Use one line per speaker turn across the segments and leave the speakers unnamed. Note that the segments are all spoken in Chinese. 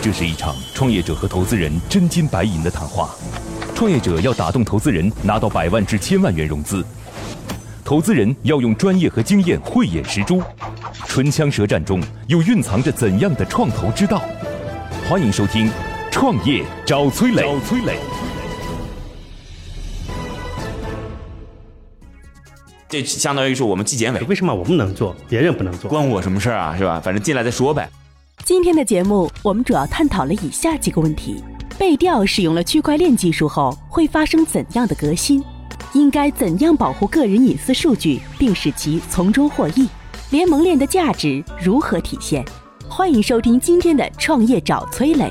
这是一场创业者和投资人真金白银的谈话。创业者要打动投资人，拿到百万至千万元融资；投资人要用专业和经验慧眼识珠。唇枪舌战中，又蕴藏着怎样的创投之道？欢迎收听《创业找崔磊》。找崔磊。
这相当于是我们纪检委，
为什么我们能做，别人不能做？
关我什么事儿啊，是吧？反正进来再说呗。
今天的节目，我们主要探讨了以下几个问题：背调使用了区块链技术后，会发生怎样的革新？应该怎样保护个人隐私数据，并使其从中获益？联盟链的价值如何体现？欢迎收听今天的《创业找崔磊》。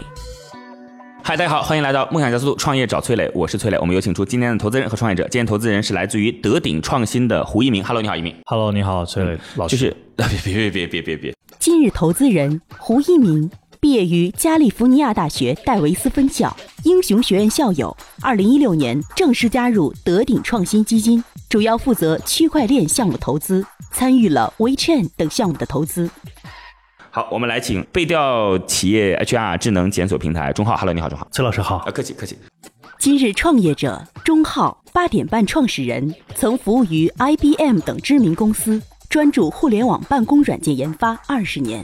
嗨，大家好，欢迎来到梦想加速度创业找崔磊，我是崔磊。我们有请出今天的投资人和创业者，今天投资人是来自于德鼎创新的胡一鸣。Hello，你好，一鸣。
Hello，你好，崔磊呃老师。
就是呃别别别别别别，
今日投资人胡一鸣毕业于加利福尼亚大学戴维斯分校英雄学院校友，二零一六年正式加入德鼎创新基金，主要负责区块链项目投资。参与了 WeChain 等项目的投资。
好，我们来请背调企业 HR 智能检索平台钟浩。Hello，你好，钟浩。
崔老师好。
啊，客气客气。
今日创业者钟浩，八点半创始人，曾服务于 IBM 等知名公司，专注互联网办公软件研发二十年。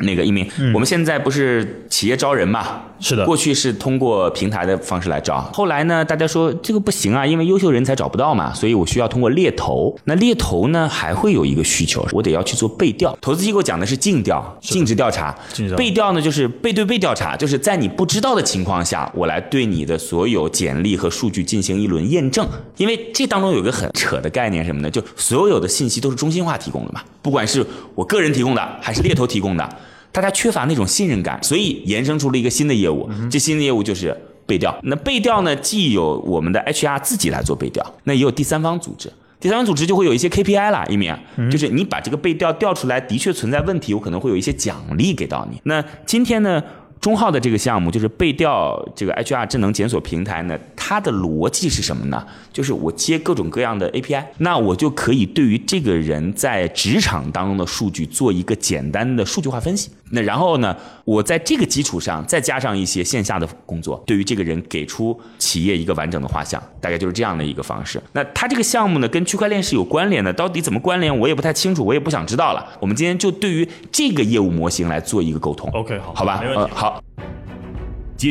那个一鸣，我们现在不是企业招人嘛？
是的，
过去是通过平台的方式来招，后来呢，大家说这个不行啊，因为优秀人才找不到嘛，所以我需要通过猎头。那猎头呢，还会有一个需求，我得要去做背调。投资机构讲的是尽调、尽职调查，
尽职
背调呢就是背对背调查，就是在你不知道的情况下，我来对你的所有简历和数据进行一轮验证。因为这当中有一个很扯的概念什么呢？就所有的信息都是中心化提供的嘛，不管是我个人提供的还是猎头提供的。大家缺乏那种信任感，所以延伸出了一个新的业务。这新的业务就是背调。那背调呢，既有我们的 HR 自己来做背调，那也有第三方组织。第三方组织就会有一些 KPI 啦，一鸣，就是你把这个背调调出来，的确存在问题，我可能会有一些奖励给到你。那今天呢，中浩的这个项目就是背调这个 HR 智能检索平台呢，它的逻辑是什么呢？就是我接各种各样的 API，那我就可以对于这个人在职场当中的数据做一个简单的数据化分析。那然后呢，我在这个基础上再加上一些线下的工作，对于这个人给出企业一个完整的画像，大概就是这样的一个方式。那它这个项目呢，跟区块链是有关联的，到底怎么关联，我也不太清楚，我也不想知道了。我们今天就对于这个业务模型来做一个沟通。
OK，好，
好吧，
没问
呃
题。，
好，
接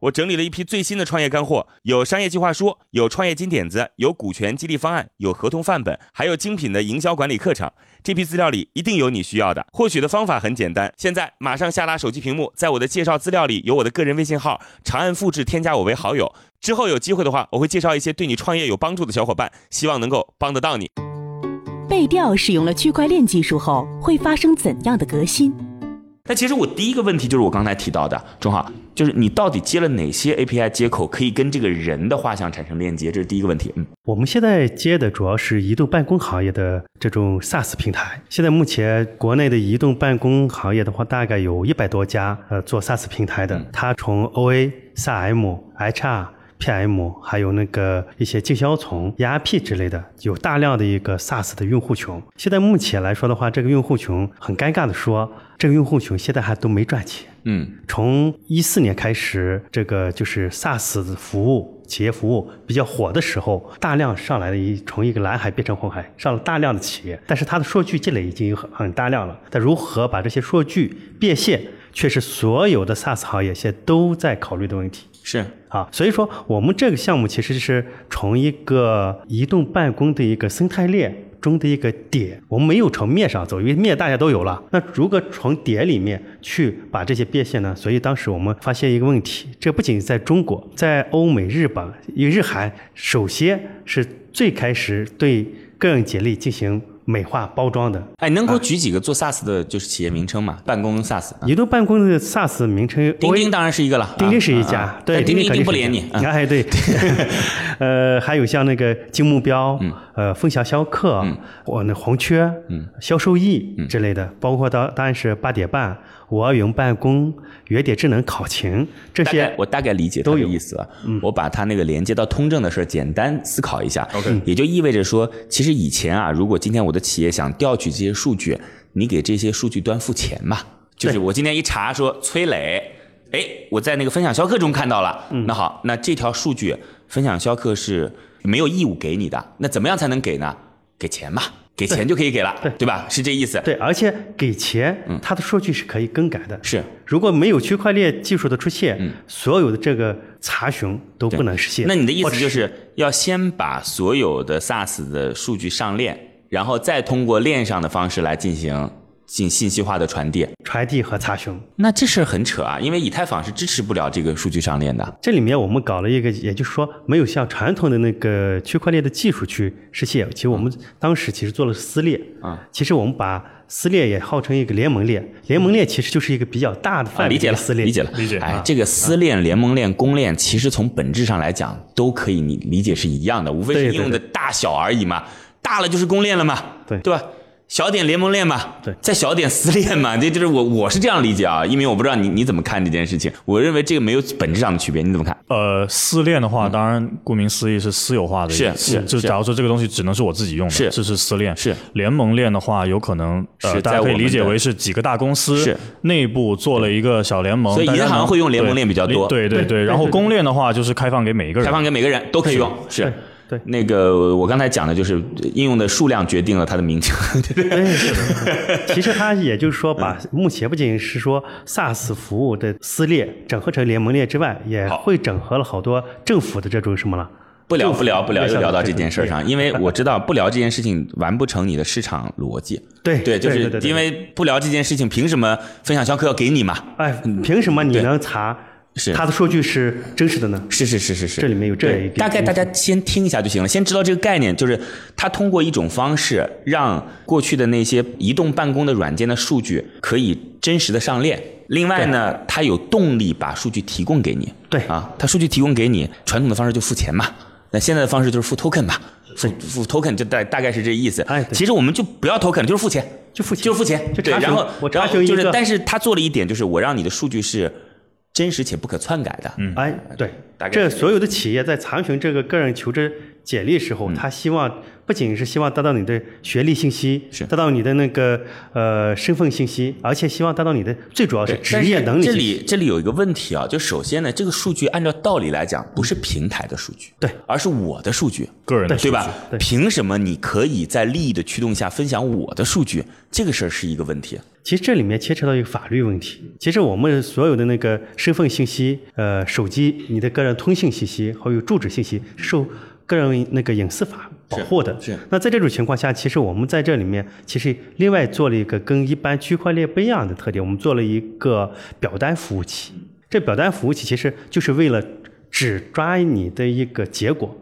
我整理了一批最新的创业干货，有商业计划书，有创业金点子，有股权激励方案，有合同范本，还有精品的营销管理课程。这批资料里一定有你需要的。获取的方法很简单，现在马上下拉手机屏幕，在我的介绍资料里有我的个人微信号，长按复制添加我为好友。之后有机会的话，我会介绍一些对你创业有帮助的小伙伴，希望能够帮得到你。
背调使用了区块链技术后，会发生怎样的革新？
那其实我第一个问题就是我刚才提到的，钟浩，就是你到底接了哪些 API 接口可以跟这个人的画像产生链接？这是第一个问题。嗯。
我们现在接的主要是移动办公行业的这种 SaaS 平台。现在目前国内的移动办公行业的话，大概有一百多家呃做 SaaS 平台的
嗯，
它从 OA、SAM、HR。PM 还有那个一些经销从、ERP 之类的，有大量的一个 SaaS 的用户群。现在目前来说的话，这个用户群很尴尬的说，这个用户群现在还都没赚钱。
嗯
从一四年开始，这个就是 SaaS 服务、企业服务比较火的时候，大量上来的一从一个蓝海变成红海，上了大量的企业，但是它的数据积累已经有很很大量了，但如何把这些数据变现，却是所有的 SaaS 行业现在都在考虑的问题。
是，
啊，所以说我们这个项目其实是从一个移动办公的一个生态链中的一个点，我们没有从面上走，因为面大家都有了。那如何从点里面去把这些变现呢？所以当时我们发现一个问题，这不仅在中国，在欧美、日本、日韩，首先是最开始对个人简历进行美化包装的。
哎，能给我举几个做 SaaS 的，就是企业名称嘛？办公 SaaS，啊
移动办公的 SaaS 名称，
钉钉当然是一个了，
钉钉是一
啊
家
啊啊，
对，
但钉钉一
肯
定
定
不
是一
连
家
你。啊
哎， 对，呃，还有像那个金目标，
嗯
呃，凤翔逍客，我那黄雀，嗯，销售易之类的，包括当当然是八点半，五二云办公，原点智能考勤这
大概
些，
我大概理解他的意思了。我把他那个连接到通证的事儿简单思考一下。OK，也就意味着说，其实以前啊，如果今天我的企业想调取这些数据，你给这些数据端付钱嘛？就是我今天一查说崔磊，哎，我在那个分享销课中看到了。那好，那这条数据分享销课是没有义务给你的，那怎么样才能给呢？给钱嘛，给钱就可以给了，对吧？是这意思。
对，而且给钱，它的数据是可以更改的。
嗯是，嗯
如果没有区块链技术的出现，所有的这个查询都不能实现。
那你的意
或
思
者
就是要先把所有的 SaaS 的数据上链，然后再通过链上的方式来进行进信息化的传递。
传递和查询？
那这事儿很扯啊，因为以太坊是支持不了这个数据上链的。
这里面我们搞了一个，也就是说没有像传统的那个区块链的技术去实现。其实我们当时其实做了撕裂
啊，
其实我们把撕裂也号称一个联盟链，联盟链其实就是一个比较大的
啊，
范围
理解
的
了，
撕裂，
理解了，
理解
啊
哎，这个私链、联盟链、公链，其实从本质上来讲，都可以你理解是一样的，无非
对
是
对
应用的大小而已嘛。大了就是公链了嘛，
对
对吧？小点联盟链嘛，
对
再小点私链嘛，这就是我我是这样理解啊，一鸣，我不知道你你怎么看这件事情，我认为这个没有本质上的区别，你怎么看？
呃，私链的话，当然顾名思义是私有化的意思，
嗯是是
就是假如说这个东西只能是我自己用的，
是
这是私链。
是
联盟链的话，有可能
是
呃，大
在
家可以
我们
理解
的
为是几个大公司
是
内部做了一个小联盟，
所以
大家
银行
能
会用联盟
对
链比较多
对对对，然后公链的话就是开放给每一个人，
开放给每个人都可以用，是。
对对
那个我刚才讲的就是应用的数量决定了它的名 称，
其实它也就是说，把目前不仅仅是说 SaaS 服务的撕裂整合成联盟链之外，也会整合了好多政府的这种什么了。
不聊不聊不聊，
面
又
向
聊到
这
这
个
件事儿
对
上，因为我知道不聊这件事情完不成你的市场逻辑。
对
对，就
对
是
对对对
因为不聊这件事情，凭什么分享销课要给你嘛？
哎，凭什么你
对
能查
是
它的数据是真实的呢？
是是是是是，
这里面有这
对
一个
大概大家先听一下就行了，先知道这个概念，就是它通过一种方式，让过去的那些移动办公的软件的数据可以真实的上链。另外呢，它有动力把数据提供给你。
对
啊，它数据提供给你，传统的方式就付钱嘛，那现在的方式就是付 token 嘛，付付 token 就大大概是这意思。
哎对
其实我们就不要 token，就是付钱。
就付钱
就付钱，
就
对，
查询
然后
我查
然后
询一
就是，
个
但是他做了一点，就是我让你的数据是真实且不可篡改的，嗯，
哎，对
大，概
这
是
所有的企业在查询这个个人求职简历时
嗯
候，他希望不仅是希望得到你的学历信息，
是
得到你的那个呃身份信息，而且希望得到你的最主要是
对
职业
但
能力
是
信
这
息。
里这里有一个问题啊，就首先呢，这个数据按照道理来讲不是平台的数据，
对，
而是我的数据，
个人的
对吧？
对
凭什么你可以在利益的驱动下分享我的数据？这个事儿是一个问题。
其实这里面牵扯到一个法律问题。其实我们所有的那个身份信息、呃手机、你的个人通信信息还有住址信息，受个人那个隐私法保护的。
是是
那在这种情况下，其实我们在这里面其实另外做了一个跟一般区块链不一样的特点，我们做了一个表单服务器。这表单服务器其实就是为了只抓你的一个结果，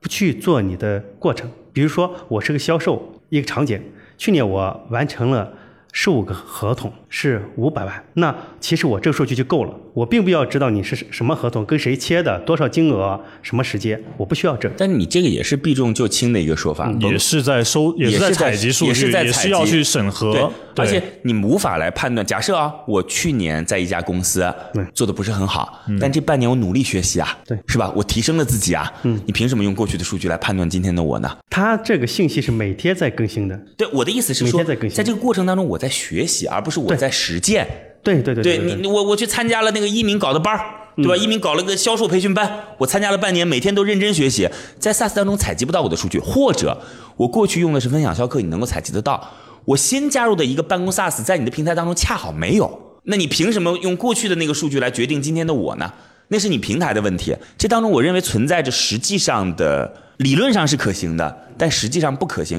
不去做你的过程。比如说，我是个销售，一个场景，去年我完成了十五个合同，是五百万。那其实我这个数据就够了，我并不要知道你是什么合同、跟谁签的、多少金额、什么时间，我不需要这个。
但你这个也是避重就轻的一个说法，
嗯也是在收，也
也
是
是在
采集数
也是
据，
在
也
采
是要
集
去审核，
对，
对
而且你无法来判断。假设啊，我去年在一家公司做的不是很好，
嗯
但这半年我努力学习啊，
对
是吧？我提升了自己啊，嗯，你凭什么用过去的数据来判断今天的我呢？
它这个信息是每天在更新的。
对，我的意思是说，
每天在更新
这个过程当中，我在学习，而不是我在实践。
对对对
对
对嗯
你，我我去参加了那个一鸣搞的班儿对吧？一鸣搞了个销售培训班，我参加了半年，每天都认真学习，在 SaaS 当中采集不到我的数据，或者我过去用的是分享销课，你能够采集得到。我新加入的一个办公 SaaS，在你的平台当中恰好没有，那你凭什么用过去的那个数据来决定今天的我呢？那是你平台的问题。这当中，我认为存在着实际上的理论上是可行的，但实际上不可行。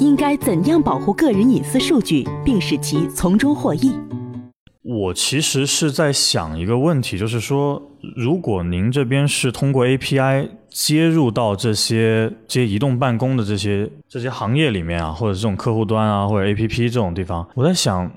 应该怎样保护个人隐私数据，并使其从中获益？
我其实是在想一个问题，就是说，如果您这边是通过 API 接入到这些这些移动办公的这些这些行业里面啊，或者这种客户端啊，或者 APP 这种地方，我在想，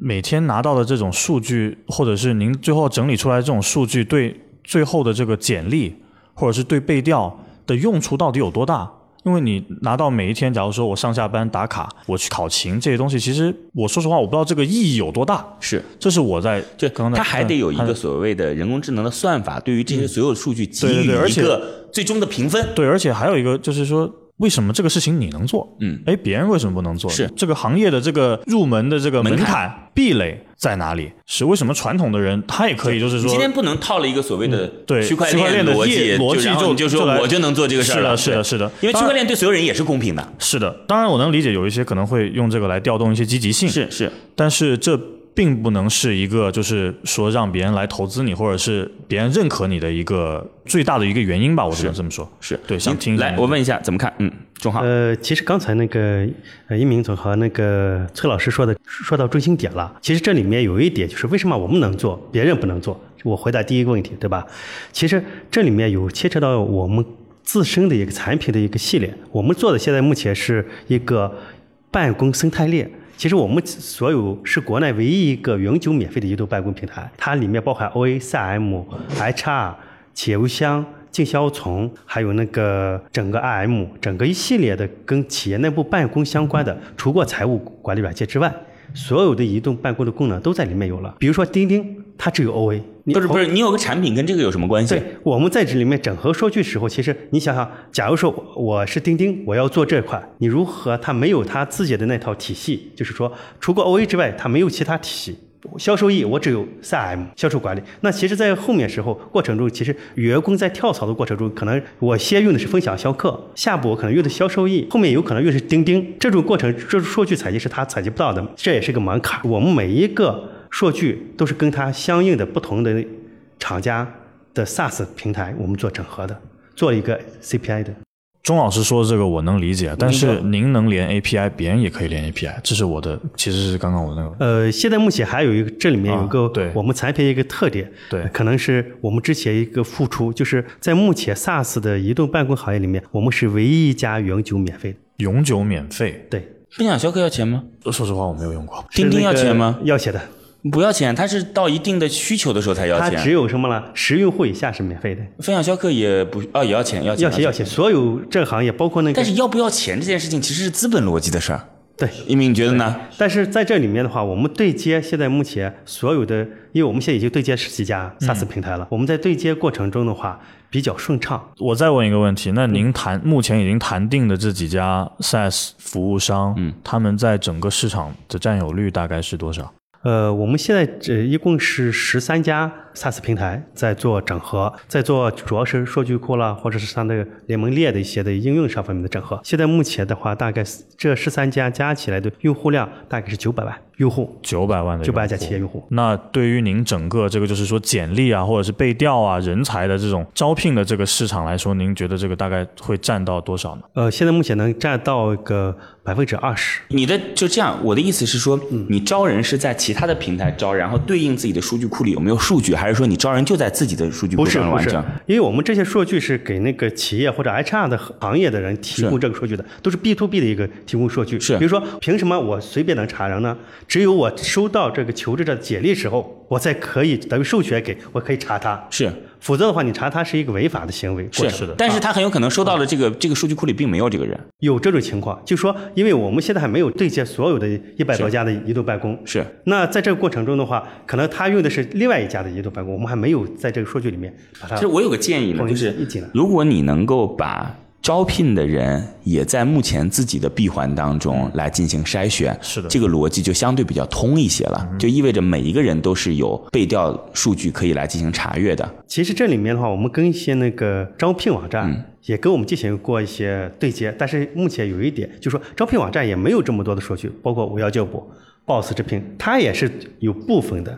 每天拿到的这种数据，或者是您最后整理出来这种数据，对最后的这个简历，或者是对背调的用处到底有多大？因为你拿到每一天，假如说我上下班打卡，我去考勤这些东西，其实我说实话，我不知道这个意义有多大。
是，
这是我在嗯
就
刚才
它还得有一个
看
所谓的人工智能的算法，对于这些所有数据给
嗯对对
予
对而
一
且
个最终的评分。
对，而且还有一个就是说，为什么这个事情你能做，
嗯
哎，别人为什么不能做？
是
这个行业的这个入门的这个门
门
槛
槛
壁垒在哪里？是为什么传统的人他也可以就是
你
说
今天不能套了一个所谓的
嗯对
区块
区块链的
逻
业
辑，
逻辑
然后
就
你就
就
说
来
我就能做这个事儿
是的
了。
是的
对
是的
因为区
当然
块链对所有人也是公平的。
是的，当然我能理解有一些可能会用这个来调动一些积极性，
是是，
但是这并不能是一个就是说让别人来投资你，或者是别人认可你的一个最大的一个原因吧，我只能这么说。
是
对，想
您
听一下
来，
你
我
的
问一下怎么看？嗯，钟浩，
呃，其实刚才那个呃，一鸣总和那个崔老师说的，说到中心点了。其实这里面有一点就是为什么我们能做，别人不能做。我回答第一个问题，对吧？其实这里面有牵扯到我们自身的一个产品的一个系列。我们做的现在目前是一个办公生态链。其实我们所有是国内唯一一个永久免费的移动办公平台，它里面包含 OA、CRM、HR、企业邮箱、进销从，还有那个整个 RM，整个一系列的跟企业内部办公相关的，除过财务管理软件之外，所有的移动办公的功能都在里面有了。比如说钉钉，它只有 OA，你
不是不是，你有个产品跟这个有什么关系
对？，我们在这里面整合数据时候，其实你想想，假如说我是钉钉，我要做这块，你如何它没有它自己的那套体系，就是说除过 OA 之外，它没有其他体系。销售业我只有 CRM 销售管理，那其实，在后面时候过程中，其实员工在跳槽的过程中，可能我先用的是分享销课，下步我可能用的销售易，后面有可能用的是钉钉，这种过程，这种数据采集是他采集不到的，这也是个门槛。我们每一个数据都是跟它相应的不同的厂家的 SaaS 平台，我们做整合的，做一个 CPI 的。
钟老师说的这个我能理解，但是您能连 API，别人也可以连 API，这是我的，其实是刚刚我那个。
呃，现在目前还有一个，这里面有一个、
啊对
我们产品一个特点，
对
可能是我们之前一个付出，就是在目前 SaaS 的移动办公行业里面，我们是唯一一家永久免费的。
永久免费，
对，
分享销课要钱吗？
说实话我没有用过。
钉钉
是那
要
个
钱吗？
要钱的，
不要钱，它是到一定的需求的时候才要
它只
钱。
有什么了？十用户以下是免费的，
分享销课也不啊，也要钱，要钱，
要钱要钱。。所有这个行业，包括那个，
但是要不要钱这件事情，其实是资本逻辑的事儿。
对，
一鸣，你觉得呢？
但是在这里面的话，我们对接现在目前所有的，因为我们现在已经对接十几家 SaaS 平台了，我们在对接过程中的话比较顺畅。
我再问一个问题，那您谈、目前已经谈定的这几家 SaaS 服务商，嗯，他们在整个市场的占有率大概是多少？
呃，我们现在这一共是十三家 SaaS 平台在做整合，在做主要是数据库啦，或者是它的联盟链的一些的应用上方面的整合。现在目前的话，大概是这十三家加起来的用户量大概是九百万用户，
九百万的
九百
用
家
户
企业用户。
那对于您整个这个就是说简历啊，或者是背调啊、人才的这种招聘的这个市场来说，您觉得这个大概会占到多少呢？
呃，现在目前能占到个百分之二十。
你的就这样，我的意思是说，
嗯
你招人是在其他的平台招，然后对应自己的数据库里有没有数据，还是说你招人就在自己的数据库
不是
上
不
完
是
成？，
因为我们这些数据是给那个企业或者 HR 的行业的人提供这个数据的，都是 B to B 的一个提供数据。
是
比如说凭什么我随便能查人呢？只有我收到这个求职者的简历时候，我才可以等于授权给我可以查他，
是
否则的话你查他是一个违法的行为。过程
是
啊
但是他很有可能收到了这
嗯
个这个数据库里并没有这个人。
有这种情况，就说因为我们现在还没有对接所有的一百多家的移动办公，
是
那在这个过程中的话，可能他用的是另外一家的移动办公，我们还没有在这个数据里面把它
其实我有个建议呢，
统一
就是
一起来
如果你能够把招聘的人也在目前自己的闭环当中来进行筛选，
是的嗯
这个逻辑就相对比较通一些了，就意味着每一个人都是有背调数据可以来进行查阅的。
其实这里面的话，我们跟一些那个招聘网站。也跟我们进行过一些对接，但是目前有一点，就是说招聘网站也没有这么多的数据，包括五幺九五、Boss 直聘，它也是有部分的、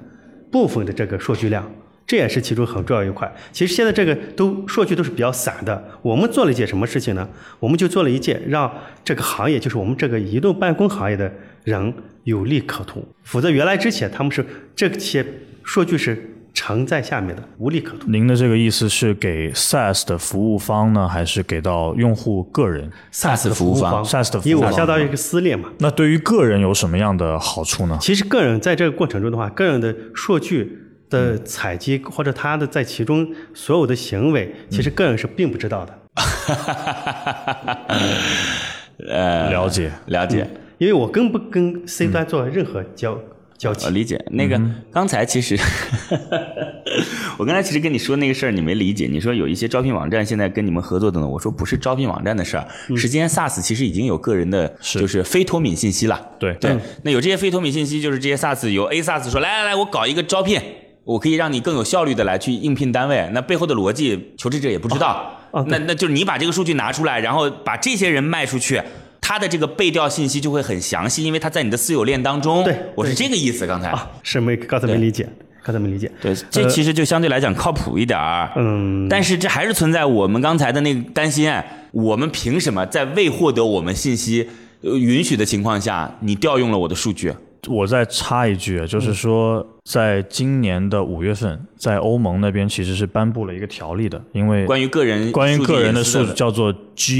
部分的这个数据量，这也是其中很重要一块。其实现在这个都数据都是比较散的，我们做了一件什么事情呢？我们就做了一件让这个行业，就是我们这个移动办公行业的人有利可图，否则原来之前他们是这些数据是承在下面的，无利可图。
您的这个意思是给 SaaS 的服务方呢，还是给到用户个人？
SaaS 服务方
SaaS 的服务方
因为我相当于一个撕裂嘛。
那对于个人有什么样的好处呢？
其实个人在这个过程中的话，个人的数据的采集或者他的在其中所有的行为，其实个人是并不知道的，
了解。
呃了解。
因为我跟不跟 C 端做任何交交
呃，
集。
嗯理解。那个、刚才其实， 我刚才其实跟你说那个事儿，你没理解。你说有一些招聘网站现在跟你们合作的呢，我说不是招聘网站的事儿，是今天 SaaS 其实已经有个人的，
是
就是非脱敏信息了。
对
嗯
对，那有这些非脱敏信息，就是这些 SaaS 由 A SaaS 说来来来，我搞一个招聘，我可以让你更有效率的来去应聘单位。那背后的逻辑，求职者也不知道。
哦
那那就是你把这个数据拿出来，然后把这些人卖出去。他的这个背调信息就会很详细，因为他在你的私有链当中。
对
我是这个意思。刚才
啊，是没刚才没理解，刚才没理解。
对，这其实就相对来讲靠谱一点儿。
呃嗯，
但是这还是存在我们刚才的那个担心，啊我们凭什么在未获得我们信息呃允许的情况下，你调用了我的数据？
我再插一句，啊就是说，在今年的五月份，在欧盟那边其实是颁布了一个条例的，因为
关于个人
关于个人的数
数
据
据
叫做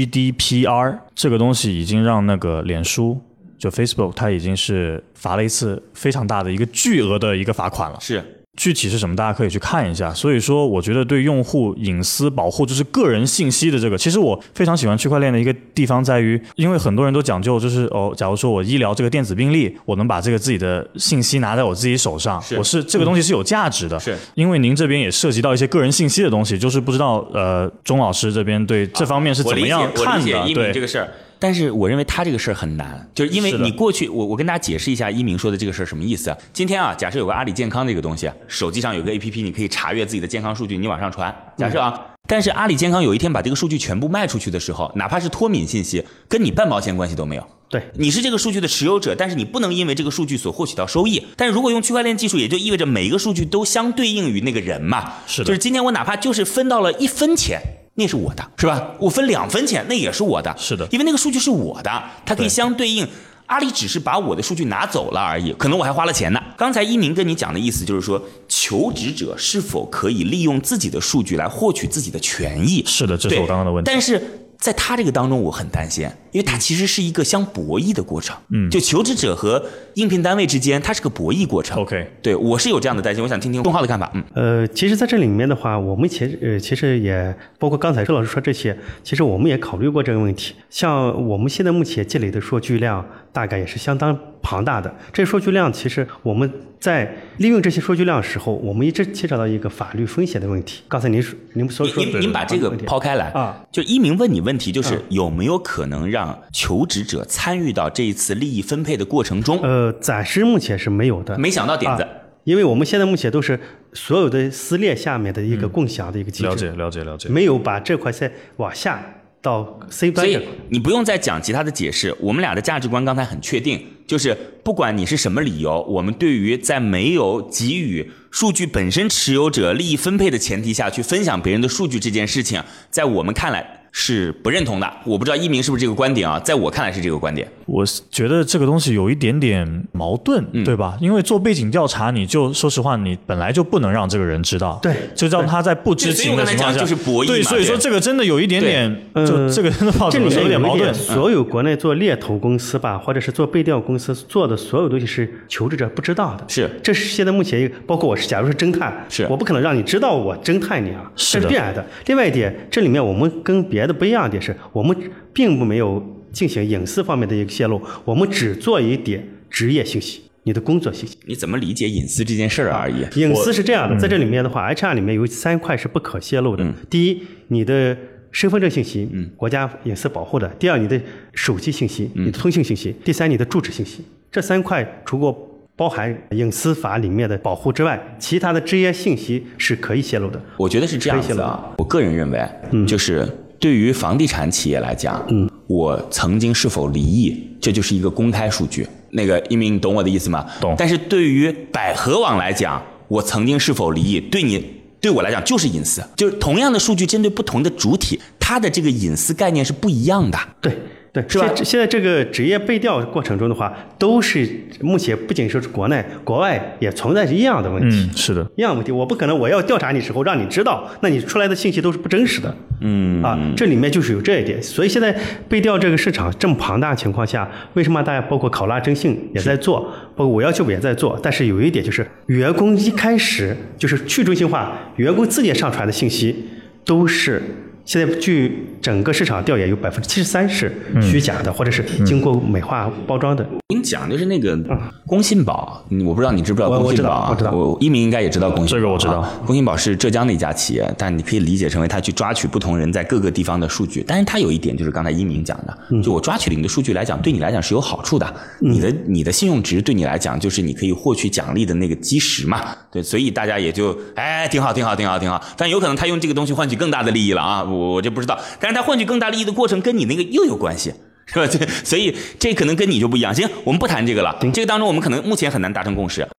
GDPR，这个东西已经让那个脸书就 Facebook 它已经是罚了一次非常大的一个巨额的一个罚款了。
是
具体是什么，大家可以去看一下。所以说，我觉得对用户隐私保护，就是个人信息的这个，其实我非常喜欢区块链的一个地方在于，因为很多人都讲究，就是哦，假如说我医疗这个电子病历，我能把这个自己的信息拿在我自己手上，
是
我是这个东西是有价值的。
是
因为您这边也涉及到一些个人信息的东西，就是不知道呃，钟老师这边对这方面是
我
怎么
理解，
样
我
看
理解
的？
一鸣这
对，
个事儿。但是我认为他这个事儿很难，就是因为
是的
你过去，我我跟大家解释一下一鸣说的这个事儿什么意思啊。今天啊，假设有个阿里健康这个东西，啊手机上有个 APP，你可以查阅自己的健康数据，你往上传。假设啊，但是阿里健康有一天把这个数据全部卖出去的时候，哪怕是脱敏信息，跟你半毛钱关系都没有。
对，
你是这个数据的持有者，但是你不能因为这个数据所获取到收益。但是如果用区块链技术，也就意味着每一个数据都相对应于那个人嘛。
是的
就是今天我哪怕就是分到了一分钱。那是我的，是吧？我分两分钱，那也是我的，
是的
因为那个数据是我的，它可以
对
相对应。阿里只是把我的数据拿走了而已，可能我还花了钱呢。刚才一鸣跟你讲的意思就是说，求职者是否可以利用自己的数据来获取自己的权益？
是的，这
对，
是我刚刚的问题。
但是在他这个当中，我很担心，因为它其实是一个相博弈的过程。嗯，就求职者和应聘单位之间，它是个博弈过程。
OK
对我是有这样的担心，我想听听钟浩的看法。嗯，
呃，其实在这里面的话，我们其实呃，其实也包括刚才周老师说这些，其实我们也考虑过这个问题。像我们现在目前积累的数据量，大概也是相当庞大的。这数据量其实我们在利用这些数据量的时候，我们一直牵扯到一个法律风险的问题。刚才您说您所说
您
的
您把这个
问题
抛开来
啊，
就一鸣问你问题，就是有没有可能让求职者参与到这一次利益分配的过程中？
呃，暂时目前是没有的。
没想到点子
啊，因为我们现在目前都是所有的撕裂下面的一个共享的一个机制，
了解，了解，了解。
没有把这块再往下到 C
所
端这
以
块。
你不用再讲其他的解释，我们俩的价值观刚才很确定，就是不管你是什么理由，我们对于在没有给予数据本身持有者利益分配的前提下去分享别人的数据这件事情，在我们看来是不认同的。我不知道一鸣是不是这个观点啊，在我看来是这个观点。啊
我是觉得这个东西有一点点矛盾，对吧？因为做背景调查，你就说实话，你本来就不能让这个人知道，
对
就让他在不知情的情况
对所以我刚才
下，
讲就是博弈嘛
对，所以说
对
这个真的有一点点，
呃
就这个真的不好
这里面
怎么说，
有
点矛
一嗯
盾。
所有国内做猎头公司吧，或者是做背调公司做的所有东西是求职者不知道的。
是
这是现在目前一个，包括我是，假如是侦探，
是
我不可能让你知道我侦探你啊，
是的
这是必然的。另外一点，这里面我们跟别的不一样的点是，我们并不没有进行隐私方面的一个泄露，我们只做一点职业信息，你的工作信息。
你怎么理解隐私这件事儿而已？
隐私是这样的，在这里面的话，HR 里面有三块是不可泄露的。第一，你的身份证信息，
嗯
国家隐私保护的；第二，你的手机信息，
嗯
你的通信信息；第三，你的住址信息。这三块除过包含隐私法里面的保护之外，其他的职业信息是可以泄露的。
我觉得是这样
可以
子
写
啊
了。
我个人认为，
嗯
就是对于房地产企业来讲，
嗯，
我曾经是否离异，这就是一个公开数据。那个一鸣，你懂我的意思吗？
懂
但是对于百合网来讲，我曾经是否离异，对你。对我来讲就是隐私，就是同样的数据针对不同的主体，它的这个隐私概念是不一样的。
对对，
是吧
现现在这个职业背调过程中的话，都是目前不仅说是国内，国外也存在着一样的问题。
嗯，是的，
一样的问题，我不可能我要调查你时候让你知道，那你出来的信息都是不真实的。嗯啊，这里面就是有这一点，所以现在背调这个市场这么庞大的情况下，为什么大家包括考拉征信也在做，包括我要求也在做，但是有一点就是员工一开始就是去中心化，员工自己上传的信息都是。现在据整个市场调研，有百分之七十三是虚假的，或者是经过美化包装的。
我跟你讲，就是那个工信宝，你我不知道你知不知道
啊我
工信宝
我
啊
知？道我知道
我一鸣应该也知道工信宝啊。
这个我知道
工信宝是浙江的一家企业，但你可以理解成为它去抓取不同人在各个地方的数据。但是它有一点就是刚才一鸣讲
嗯
的，就我抓取了你的数据来讲，对你来讲是有好处的。你的你的信用值对你来讲就是你可以获取奖励的那个基石嘛。对，所以大家也就哎，挺好，挺好，挺好，挺好。但有可能他用这个东西换取更大的利益了啊，我我这不知道。但是他换取更大利益的过程跟你那个又有关系。是吧？这所以这可能跟你就不一样。行，我们不谈这个了。这个当中，我们可能目前很难达成共识。啊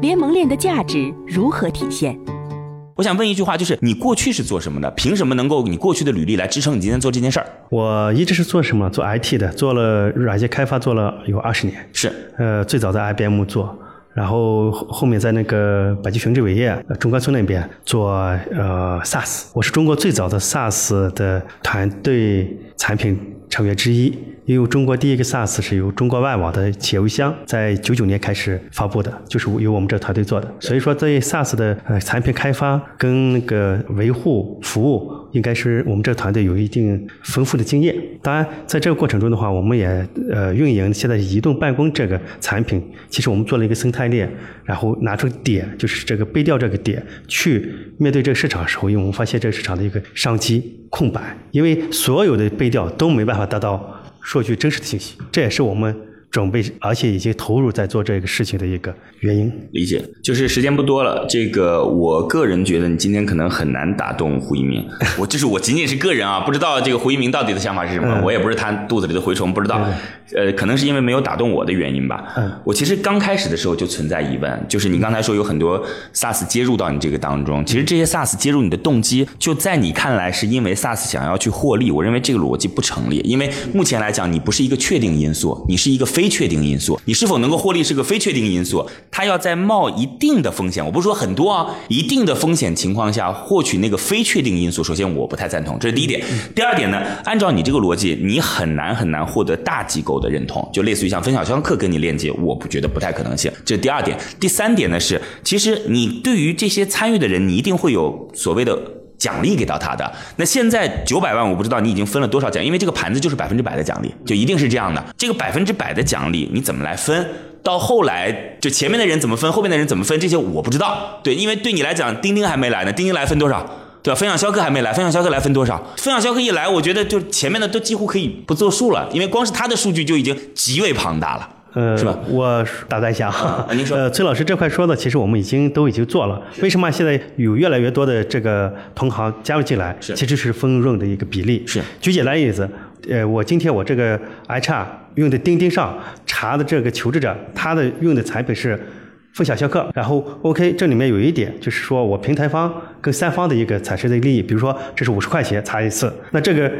联盟链的价值如何体现？
我想问一句话，就是你过去是做什么的？凭什么能够你过去的履历来支撑你今天做这件事儿？
我一直是做什么？做 IT 的，做了软件开发，做了有二十年。
是
呃，最早在 IBM 做，然后后后面在那个百济雄之伟业、呃中关村那边做呃 SaaS，我是中国最早的 SaaS 的团队产品成员之一。因为中国第一个 SaaS 是由中国外网的企业邮箱在九九年开始发布的，就是由我们这团队做的。所以说，对 SaaS 的呃产品开发跟那个维护服务，应该是我们这团队有一定丰富的经验。当然，在这个过程中的话，我们也呃运营现在移动办公这个产品，其实我们做了一个生态链，然后拿出点就是这个背调这个点去面对这个市场的时候，因为我们发现这个市场的一个商机空白，因为所有的背调都没办法达到数据真实的信息，这也是我们准备而且已经投入在做这个事情的一个原因。
理解，就是时间不多了。这个我个人觉得你今天可能很难打动胡一鸣。 我这是我仅仅是个人啊，不知道这个胡一鸣到底的想法是什么，
嗯
我也不是他肚子里的蛔虫，不知道。呃，可能是因为没有打动我的原因吧。
嗯
我其实刚开始的时候就存在疑问，就是你刚才说有很多 SaaS 接入到你这个当中，其实这些 SaaS 接入你的动机，就在你看来是因为 SaaS 想要去获利，我认为这个逻辑不成立，因为目前来讲，你不是一个确定因素，你是一个非确定因素，你是否能够获利是个非确定因素，它要在冒一定的风险，我不是说很多啊，一定的风险情况下获取那个非确定因素，首先我不太赞同，这是第一点。第二点呢，按照你这个逻辑，你很难很难获得大机构的认同，就类似于像分享商课跟你链接，我不觉得不太可能性。这是第二点。第三点呢是，其实你对于这些参与的人，你一定会有所谓的。奖励给到他的那现在九百万，我不知道你已经分了多少奖，因为这个盘子就是百分之百的奖励，就一定是这样的。这个百分之百的奖励你怎么来分？到后来就前面的人怎么分，后面的人怎么分，这些我不知道。对，因为对你来讲，钉钉还没来呢，钉钉来分多少？对吧？分享肖克还没来，分享肖克来分多少？分享肖克一来，我觉得就前面的都几乎可以不作数了，因为光是他的数据就已经极为庞大了。
呃，
是吧？
我打断一下啊
啊您说
呃，崔老师这块说的，其实我们已经都已经做了。为什么现在有越来越多的这个同行加入进来？
是
其实是分润的一个比例。
是
举简单例子，呃，我今天我这个 HR 用的钉钉上查的这个求职者，他的用的产品是。分享销课，然后 OK，这里面有一点就是说我平台方跟三方的一个产生的利益，比如说这是五十块钱查一次，那这个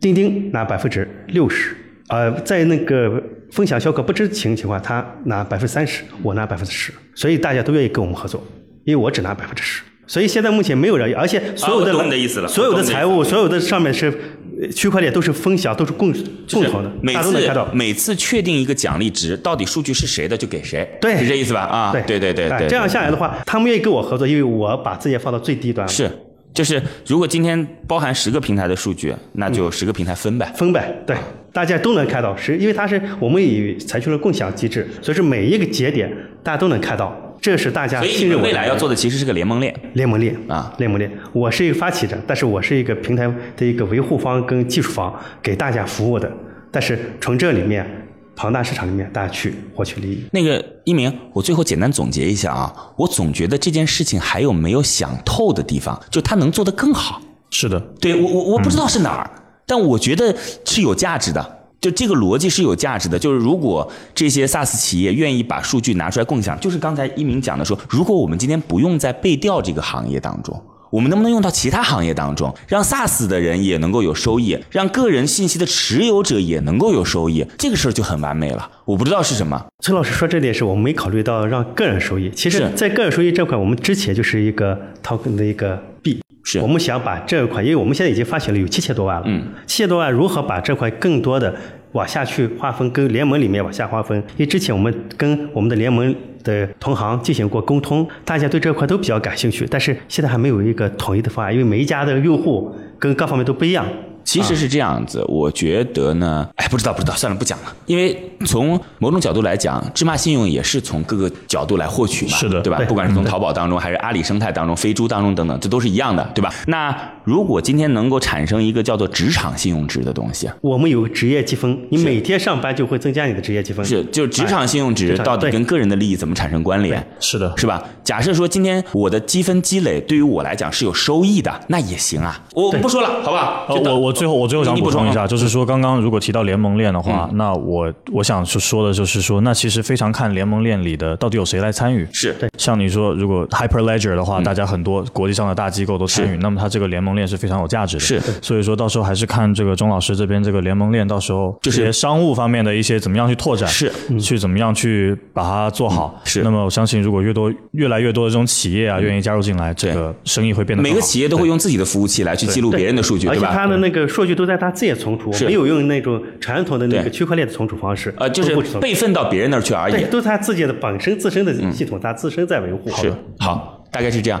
钉钉拿百分之六十，呃，在那个分享销课不知情情况，他拿百分之三十，我拿百分之十，所以大家都愿意跟我们合作，因为我只拿百分之十。所以现在目前没有人，而且所有的、
啊我懂你的意思了
所有
我
的
懂你的
财
意
务，
思
所有的上面是呃区块链都是分享，都是共共同的，
每
大家都能看
次
到。
每次确定一个奖励值，到底数据是谁的就给谁，
对
是这意思吧？啊，对对对
哎
对，
这样
对
下来的话，他们愿意跟我合作，因为我把自己放到最低端，
是就是，如果今天包含十个平台的数据，那就十个平台分呗。
分呗，对。大家都能看到，是因为它是我们也采取了共享机制，所以是每一个节点大家都能看到，这是大家
所以你
信任
们
我的
未来要做的其实是个联盟链。
联盟链
啊
联盟链。我是一个发起者，但是我是一个平台的一个维护方跟技术方，给大家服务的。但是从这里面庞大市场里面，大家去获取利益。
那个一鸣，我最后简单总结一下啊，我总觉得这件事情还有没有想透的地方，就它能做得更好。
是的，
对我我我不知道是哪儿，但我觉得是有价值的。就这个逻辑是有价值的，就是如果这些 SaaS 企业愿意把数据拿出来共享，就是刚才一鸣讲的说，如果我们今天不用在背调这个行业当中，我们能不能用到其他行业当中，让 SaaS 的人也能够有收益，让个人信息的持有者也能够有收益，这个事儿就很完美了。我不知道是什么，
崔老师说这点是我们没考虑到让个人收益。其实
是，
在个人收益这块，我们之前就是一个 token 的一个币。
是
我们想把这款，因为我们现在已经发行了有七千多万了，
嗯，
七千多万如何把这块更多的往下去划分，跟联盟里面往下划分？因为之前我们跟我们的联盟的同行进行过沟通，大家对这块都比较感兴趣，但是现在还没有一个统一的方案，因为每一家的用户跟各方面都不一样。
其实是这样子，我觉得呢，哎，不知道不知道，算了，不讲了。因为从某种角度来讲，芝麻信用也是从各个角度来获取嘛，
是的嗯
对吧？不管是从淘宝当中，还是阿里生态当中、飞猪当中等等，这都是一样的，对吧？那如果今天能够产生一个叫做职场信用值的东
嗯
西，
我们有个职业积分，你每天上班就会增加你的职业积分，
是就是职场信用值
职场
到底
对
跟个人的利益怎么产生关联？
哎是的，
是吧？假设说今天我的积分积累对于我来讲是有收益的，那也行啊。我不说了，好不好？
呃，
就等
我我最后我最后想
你你
补充一
啊
下，就是说刚刚如果提到联盟链的话，那我我想是说的就是说，那其实非常看联盟链里的到底有谁来参与。
是
像你说，如果 Hyperledger 的话，大家很多国际上的大机构都参
嗯是
与，那么它这个联盟链是非常有价值的。
是，
所以说到时候还是看这个钟老师这边这个联盟链，到时候
就是
这些商务方面的一些怎么样去拓展，
是嗯
去怎么样去把它做好。
是嗯
那么我相信，如果越多越来越多的这种企业啊愿意加入进来，这
对
个生意会变得
每个
更好
企业都会用自己的服务器来去记录别人的数据，
而
对
且
吧？
它的那个数据都在它自己存储，
是
没有用那种传统的那
对
个区块链的存储方式，
呃，就
都不
是
存
备份到别人那儿去而
对，
已。嗯
都是它自己的本身自身的系统，它自身在维护。
是，好，大概是这样。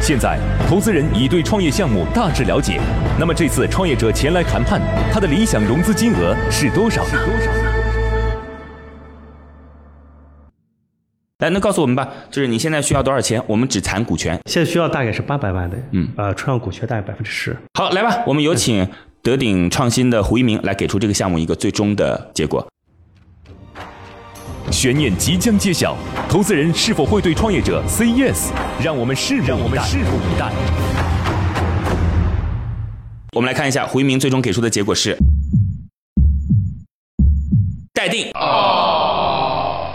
现在，投资人已对创业项目大致了解。那么这次创业者前来谈判，他的理想融资金额是多少呢？
来，那告诉我们吧，就是你现在需要多少钱？我们只谈股权。
现在需要大概是八百万的，
嗯
呃，出让股权大概百分之十。
好，来吧，我们有请德鼎创新的胡一鸣来给出这个项目一个最终的结果。
悬念即将揭晓，投资人是否会对创业者 say yes？让我们拭目让我们拭目以待。
我们来看一下胡一鸣最终给出的结果是待定。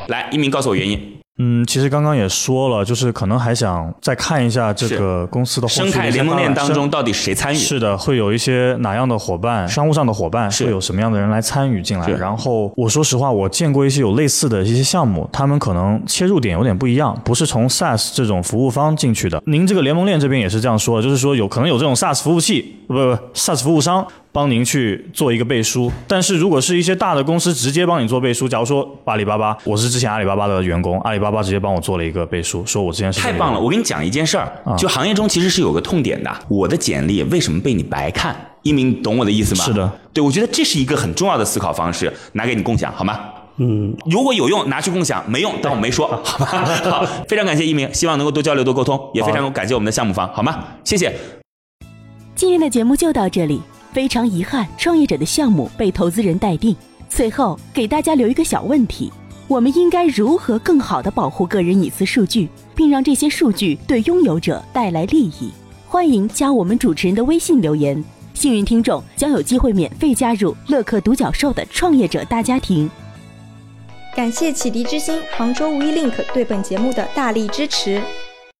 来，一鸣告诉我原因。
嗯，其实刚刚也说了，就是可能还想再看一下这个公司的后续的
生
一啊
态
些
联盟链
发展
当中到底谁参与？
是的，会有一些哪样的伙伴，商务上的伙伴
是
会有什么样的人来参与进来
是？
然后我说实话，我见过一些有类似的一些项目，他们可能切入点有点不一样，不是从 SaaS 这种服务方进去的。您这个联盟链这边也是这样说的，就是说有可能有这种 SaaS 服务器，不不不 SaaS 服务商。帮您去做一个背书，但是如果是一些大的公司直接帮你做背书，假如说阿里巴巴，我是之前阿里巴巴的员工，阿里巴巴直接帮我做了一个背书，说我之前是
太
这个啊
棒
人
了！我跟你讲一件事儿，就行业中其实是有个痛点的。我的简历为什么被你白看？一鸣，懂我的意思吗？
是的，
对，我觉得这是一个很重要的思考方式，拿给你共享好吗？嗯，如果有用，拿去共享；没用，当我没说，好 吧？好，非常感谢一鸣，希望能够多交流、多沟通，也非常感谢我们的项目方，好吗？谢谢。
今天的节目就到这里。非常遗憾，创业者的项目被投资人待定。最后给大家留一个小问题：我们应该如何更好地保护个人隐私数据，并让这些数据对拥有者带来利益？欢迎加我们主持人的微信留言，幸运听众将有机会免费加入乐客独角兽的创业者大家庭。
感谢启迪之星、杭州无一 link 对本节目的大力支持。